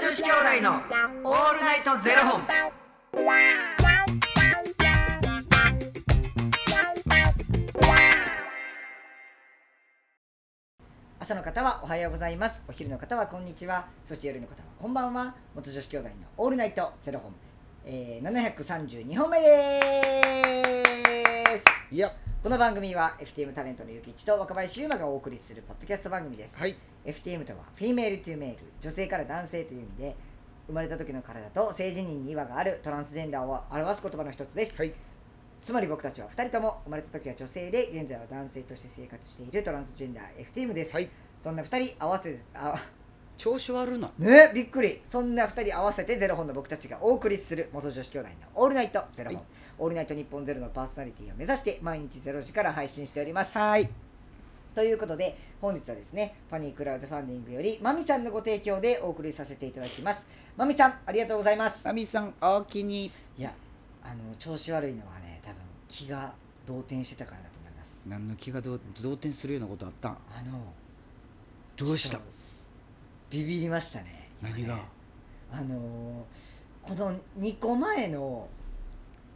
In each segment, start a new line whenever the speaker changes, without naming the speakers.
子兄弟のオールナイトゼロ本。
朝の方はおはようございますお昼の方はこんにちはそして夜の方はこんばんは元女子兄弟のオールナイトゼロ本、えー、732本目です
いや、
この番組は FTM タレントのゆきちと若林優馬がお送りするポッドキャスト番組です、
はい、
FTM とはフィメールというメール女性から男性という意味で生まれた時の体と性自認に違和があるトランスジェンダーを表す言葉の一つです
はい、
つまり僕たちは2人とも生まれた時は女性で現在は男性として生活しているトランスジェンダー FTM です、
はい、
そんな2人合わせてあ
調子悪な。
ね びっくりそんな2人合わせてゼロ本の僕たちがお送りする元女子兄弟の「オールナイトゼロ本」
はい
オールナイト日本ゼロ」のパーソナリティを目指して毎日ゼロ時から配信しておりますはいということで本日はですねファニークラウドファンディングよりまみさんのご提供でお送りさせていただきますまみさんありがとうございます
ナミさん、あきに。
いやあの調子悪いのはね多分気が動転してたからだと思います
何の気がどう動転するようなことあったん。
あの
どうした
ちょっとビビりましたね今ね
何が。
あのーこの2個前の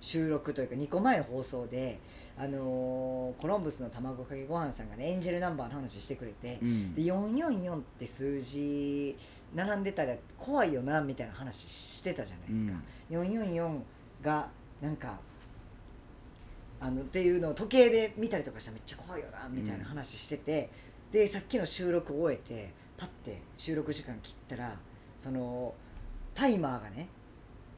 収録というか2個前の放送で、あのーコロンブスの卵かけご飯さんがねエンジェルナンバーの話してくれて
う、ん
で。444って数字並んでたら怖いよなみたいな話してたじゃないですか、444がなんかあのっていうのを時計で見たりとかしたらめっちゃ怖いよなみたいな話してて、でさっきの収録を終えてパッて収録時間切ったらそのタイマーがね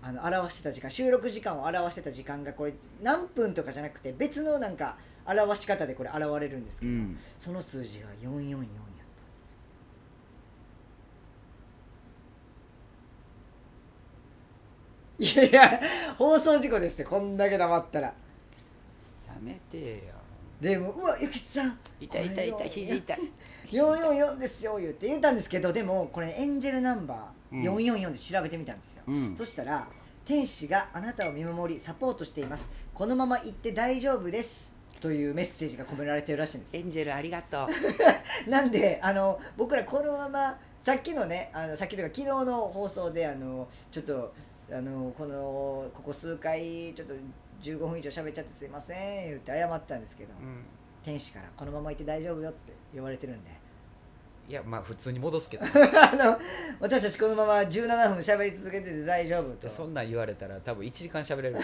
あの表してた時間収録時間を表してた時間がこれ何分とかじゃなくて別のなんか表し方でこれ現れるんです
う
けど、
ん。
その数字が444やったんですよいやいや放送事故ですってこんだけ黙ったら
やめてよ。
でもうわゆきちさん
痛い痛い痛い、肘痛い。
444ですよ言って言ったんですけどでもこれエンジェルナンバ
う
ー
ん
444で調べてみたんですよ、
うん
そ。したら天使があなたを見守りサポートしていますこのまま行って大丈夫ですというメッセージが込められてるらしいんです
ンジェル、ありがとう。
なんであの僕らこのままさっきのねあのさっきというか昨日の放送であのちょっとあのこのここ数回ちょっと15分以上喋っちゃってすいません言って謝ったんですけど、
うん。
天使からこのままいて大丈夫よって言われてるんで
いや、まあ、普通に戻す けど。
あの私たちこのまま17分喋り続けてて大丈夫と
そ
そ
んなん言われたら、多分1時間喋 れる。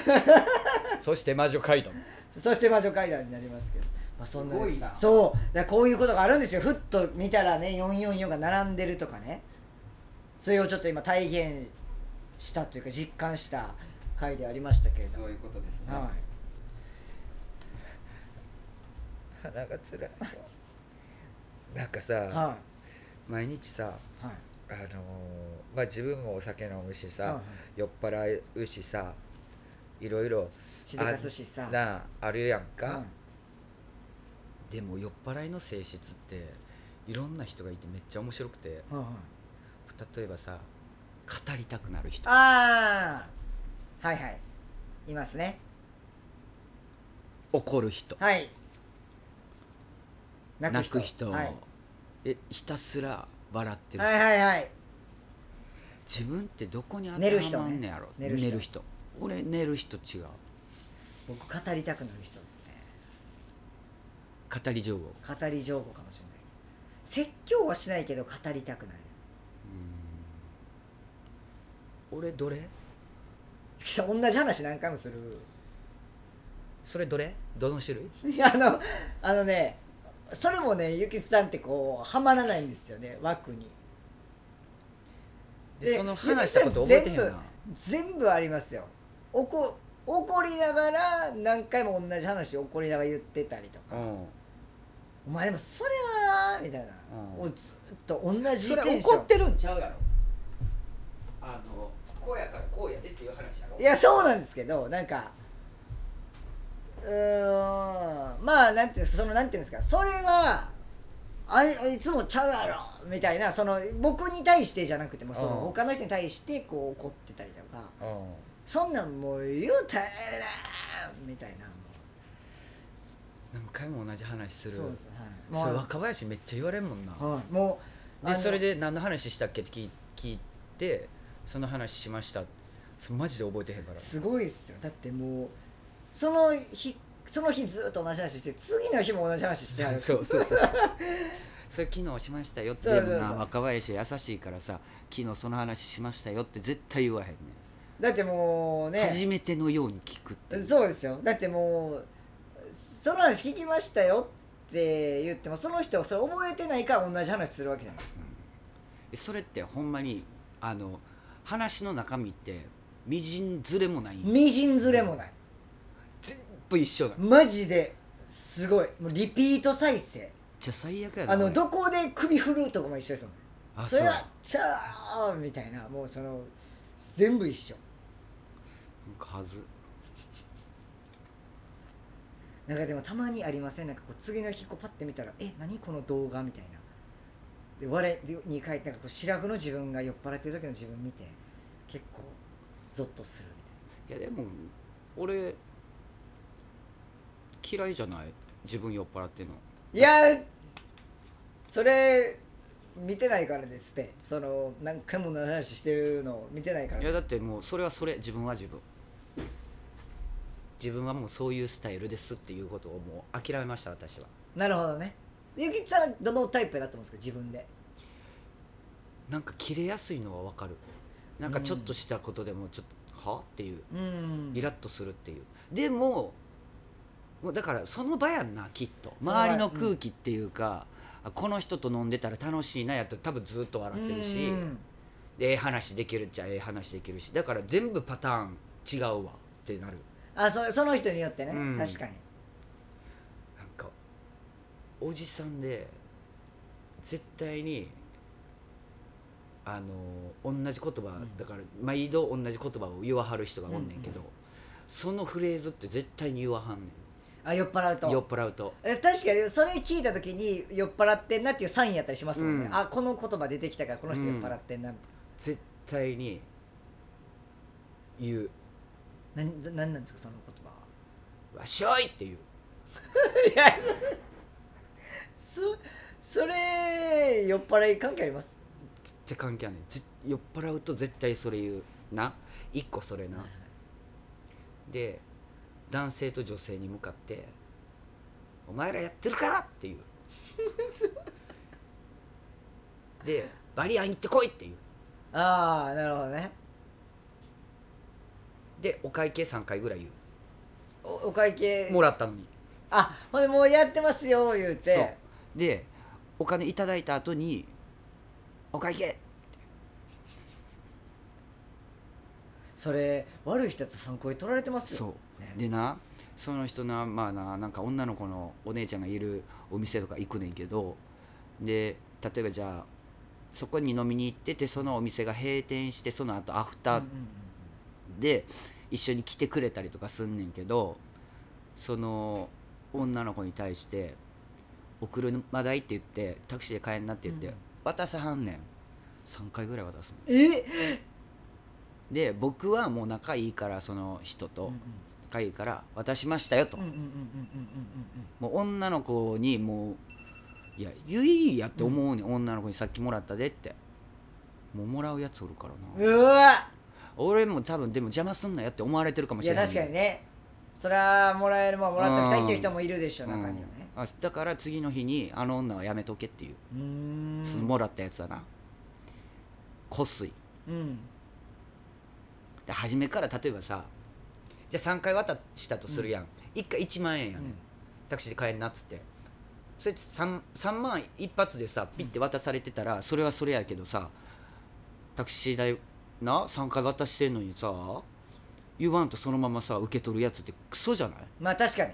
そして魔女階段。
して魔女階段になりますけど。まあ、そんな
すごいな
そうだからこういうことがあるんですよふっと見たらね444が並んでるとかねそれをちょっと今体現したというか実感した回でありましたけれども
ういうことです
は
鼻がつらい。なん
い
か
はい
さ、
は
毎日さ、
いは
あのーまあ、自分もお酒飲むし
い
さ、酔っ払うしさ。いろいろ。
しでかすしさ
なあ、あるやん
うん
か。でも酔っ払いの性質って。いろんな人がいてめっちゃ面白くて
はいはい
例えばさ語りたくなる人
ああはいはいいますね
怒る人
はい
泣く人、
はい、
えひたすら笑ってる人、
はいはいはい
自分ってどこに当
寝
て
る人
は
ね
まんねやろ
寝る人
俺寝る人違う
僕語りたくなる人ですね
語り上語
語り上手かもしれないです説教はしないけど語りたくなる
俺どれ
ゆきさん同じ話何回もする
それどれどの種類
いやあのあのねそれもねゆきさんってこうはまらないんですよね枠に
で
で
その話したこと覚えて
全
へん
部
な
全部ありますよおこ怒りながら何回も同じ話を怒りながら言ってたりとか、
うん
お前でもそれはなみたいな、
うん
をずっと同じテンション
るんちゃうやろ。あの、こうやから、こうやでっていう話やろ
いやそうなんですけどなんかうーんまあなんていうそのなんていうんですかそれはあいいつもちゃうやろみたいなその僕に対してじゃなくてもその
うん
他の人に対してこう怒ってたりとか
うん
そんなんもう言うたらええなみたいなも
何回も同じ話す
う
る
そうです
そ
は
れ
い
若林めっちゃ言われんもんな
もうはいもうあ
で
の
それで何の話したっけって聞い聞いてその話しましたそマジで覚えてへん から
すごいっすよだってもうその日その日ずっと同じ話して次の日も同じ話してある
そうそ うそうそうそれ昨日しましたよって
そう
で
そうそ
も
う
な若林優しいからさ昨日その話しましたよって絶対言わへんね、
だってもうんね
初めてのように聞くっていう
そうですよだってもうその話聞きましたよって言ってもその人はそれ覚えてないから同じ話するわけじゃないですか
それってほんまにあの話の中身ってみじんずれもない
みじんずれもない
全部一緒だ
マジですごいもうリピート再生
じゃあ最悪やな
あの
俺
どこで首振るとかも一緒ですもん
あ
そ
そう
れはチャーみたいなもうその全部一緒
数
なんかでもたまにありませんなんかこう次の日こうパッて見たら「え何この動画」みたいなで我に返ってなんかこう白髪の自分が酔っ払ってる時の自分見て結構ゾッとするみ
いやでも俺嫌いじゃない自分酔っ払ってんの
たいないやそれ見てないからですってその何回もの話してるのを見てないか
いや
ら
だってもうそれはそれ自分は自分自分はもうそういうスタイルですっていうことをもう諦めました私は
なるほどねゆきさんどのタイプだと思うんですか自分で
なんか切れやすいのはわかるなんかちょっとしたことでもちょっと、はっていう
うん
イラッとするっていうでももうだからその場やんなきっと周りの空気っていうか、あこの人と飲んでたら楽しいなやったら多分ずっと笑ってるし、
うん
でええ話できるっちゃええ話できるしだから全部パターン違うわってなる
あそその人によってね、
うん
確かに
なんかおじさんで絶対にあの同じ言葉、
ん
だから毎度同じ言葉を言わはる人がおんねんけど、そのフレーズって絶対に言わはんね
あ酔っ払うんと
酔っ払うと
え確かにそれ聞いた時に酔っ払ってんなっていうサインやったりしますもんね、
うん
あこの言葉出てきたからこの人酔っ払ってんなみ
絶対に言う
たいな、なん、なんなんですかその言葉は
「わっしょい!」って言う
そそれ酔っ払い関係あります
絶対関係あんねんぜ酔っ払うと絶対それ言うな一個それな、で男性と女性に向かって「お前らやってるか!」っていうで「バリアン行ってこい!」っていう
ああなるほどね
でお会計3回ぐらい言
おお会計
うもらったのに
あほんでもうやってますよ言うて
そうでお金いただいた後に「お会計!
それ悪い人やつ参考に取られてま」すよ
そう、
ね
でなその人なまあななんか女の子のお姉ちゃんがいるお店とか行くねんけどで例えばじゃあそこに飲みに行っててそのお店が閉店してその後アフター
うんうんうん
で一緒に来てくれたりとかすんねんけどその女の子に対して「お車代」って言ってタクシーで帰んなって言って、
うん
渡さはんねん3回ぐらい渡すね
え
んで僕はもう仲いいからその人
うん
と
うん
仲いいから渡しましたよと、
うんうんうんうんうん
もう女の子にもう「いやゆいや」って思うねん、女の子に「さっきもらったで」ってもうもらうやつおるから
うんう
なん
うわ
俺も多分でも邪魔すんなよって思われてるかも
い
しれ
や
ない
確かにねそれはもらえるもんはもらっときたいっていう人もいるでしょ
うん
中にはね
あだから次の日にあの女はやめとけっていう、
うーん
そのもらったやつはなこすい
うん
で初めから例えばさじゃあ3回渡したとするやん、一1回1万円やね、
うん
んタクシーで帰んなっつってそれ 3, 3万一発でさピッて渡されてたらそれはそれやけどさタクシー代な3回渡してんのにさ言わんとそのままさ受け取るやつってクソじゃない
まあ確かに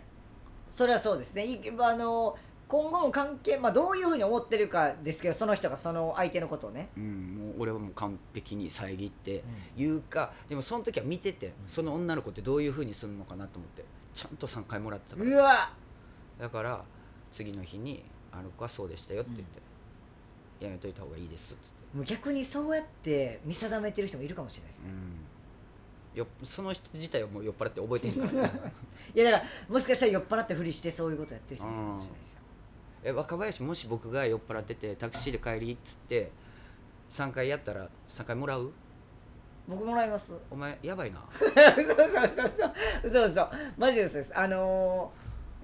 それはそうですねいまああの今後も関係、まあ、どういうふうに思ってるかですけどその人がその相手のことをね、
うん、もう俺はもう完璧に遮って言うか、でもその時は見ててその女の子ってどういうふうにするのかなと思ってちゃんと3回もらってた
う
から
わ
だから次の日に「あの子はそうでしたよ」って言って、やめといた方がいいです」っつって、
もう逆にそうやって見定めてる人もいるかもしれないですね、
よその人自体はもう酔っ払って覚えてへんか らね
いやだからもしかしたら酔っ払ったふりしてそういうことやってる人もいるかもしれないですよ
え若林もし僕が酔っ払っててタクシーで帰りっつって3回やったら3回もらう
僕もらいます
お前やばいな
そうそうそうそうそうマジでそうですあの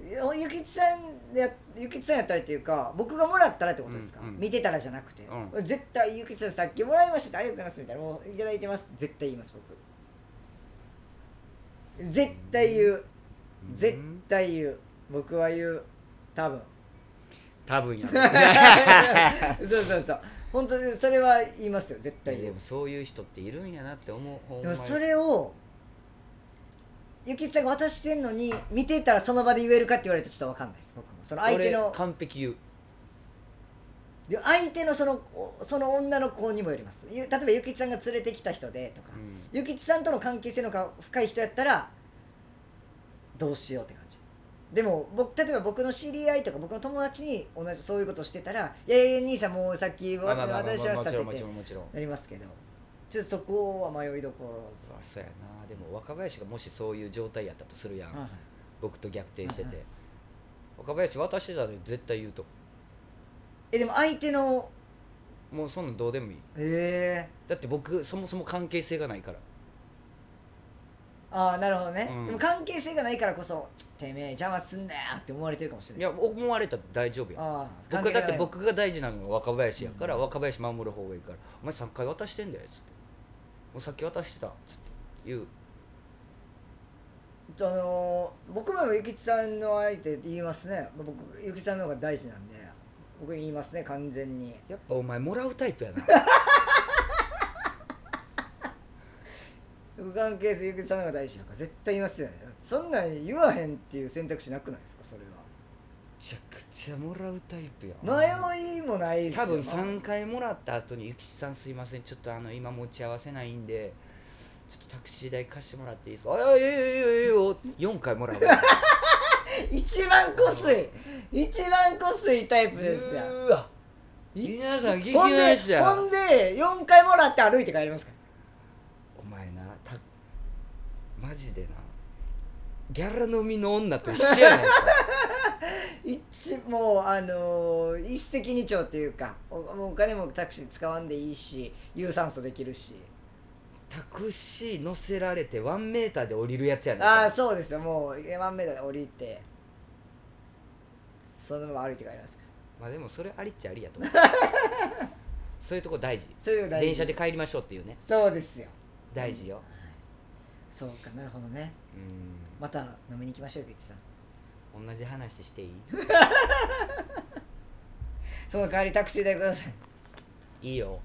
ー、ゆきちさんやゆきちさんやったらっていうか僕がもらったらってことですか、
うんうん
見てたらじゃなくて、
う
絶対ゆきちさんさっきもらいましたってありがとうございますみたいなもういただいてますって絶対言います僕絶対言う絶
うん
対言う僕は言う多 分
多分やろ
そうそうそう本当にそれは言いますよ絶対言う
でもそういう人っているんやなって思うほん
で
ま
も
に
それをゆきちさんが渡してんのに見てたらその場で言えるかって言われるとちょっと分かんないです僕もその相手
俺
の
完璧言う
で相手のそのおその女の子にもよりますゆ例えばゆきちさんが連れてきた人でとか、
うん
ゆきちさんとの関係性のが深い人やったらどうしようって感じでも僕例えば僕の知り合いとか僕の友達に同じそういうことしてたら「いやいや兄さんもうさっき
まあまあまあまあ
渡しました」
も
っ
ち
て言っ
ろんもち
て
ろんもちろん
なりますけどちょっとそこは迷いどころです
うわそうやなでも若林がもしそういう状態やったとするやん、
はい
僕と逆転して
はい
て、
は
若林渡してたら絶対言うと
えでも相手の
もうそんなんどうでもいい
え
だって僕そもそも関係性がないから
ー、ああなるほどね、
うん
でも関係性がないからこそ「てめえ邪魔すんなよ」って思われてるかもしれ
い
ない
や思われたら大丈夫や
ああ
僕はだって僕が大事なのが若林やから、
うん
若林守る方がいいから「お前3回渡してんだよ」つって「もうさっき渡してた」つって言う
あのー僕もゆきちさんの相手言いますね僕ゆきちさんの方が大事なんで僕に言いますね完全に
やっぱお前もらうタ イプやな
無関係性ゆきちさんの方が大事だから絶対言いますよねそんなん言わへんっていう選択肢なくないですかそれ
めちゃくちゃもらうタイプや
は迷いもないですよ
多分3回もらった後に「ゆきちさんすいませんちょっとあの今持ち合わせないんでちょっとタクシー代貸してもらっていいですか?」「あいやいやいやいやいや4回もら うわ
一番こすい一番こすいタイプですよ
うーわ皆さん聞き
ほ
ま
んで
したよ
ほんで4回もらって歩いて帰りますか
お前なたマジでなギャラ飲みの女と一緒やないか
ら一もうあのー一石二鳥というかおもうお金もタクシー使わんでいいし有酸素できるし
タクシー乗せられてワンメーターで降りるやつやない
ああ
か
そうですよもう山目で降りてそのまま歩いて帰りますから
まあでもそれありっちゃありやと思う そういうとこ大事
そういうの大事
電車で帰りましょうっていうね
そうですよ
大事よ、
そうかなるほどね
うん
また飲みに行きましょうゆきちさん
同じ話していい
その代わりタクシー代ください
いいよ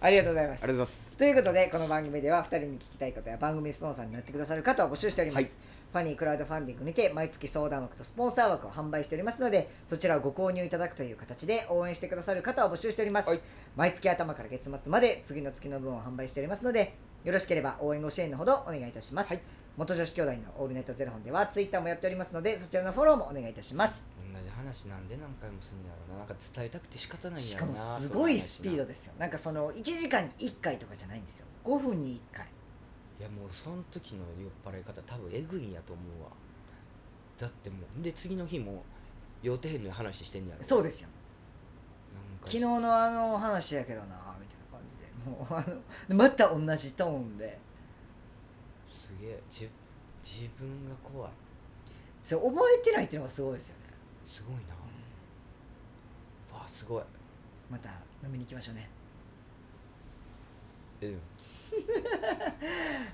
ありがとうございます
ありがとうございます
ということでこの番組では2人に聞きたいことや番組スポンサーになってくださる方を募集しております、
はい
ファニークラウドファンディングにて毎月相談枠とスポンサー枠を販売しておりますのでそちらをご購入いただくという形で応援してくださる方を募集しております、
はい
毎月頭から月末まで次の月の分を販売しておりますのでよろしければ応援ご支援のほどお願いいたします、
はい
元女子兄弟のオールナイトゼロ本ではツイッターもやっておりますのでそちらのフォローもお願いいたします
同じ話なんで何回もするんだろうななんか伝えたくて仕方ないん
し
や
か
ろ
も
な
すごいスピード
い
ですよなんかその1時間に1回とかじゃないんですよ5分に1回
やもうその時の酔っ払い方多分えぐいんやと思うわだってもうで次の日も予定の話してんやろ
そうですよ
なんか
昨日のあの話やけどなみたいな感じでもうあのまた同じトーンです
げえじ自分が怖い
それ覚えてないっていうのがすごいですよね
すごいな、わあすごい
また飲みに行きましょうね
うん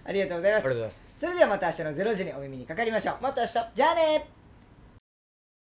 ありがとうござい
あ
ま
りがとう
す
ございます
それではまた明日の0時にお耳にかかりましょうまた明日じゃあね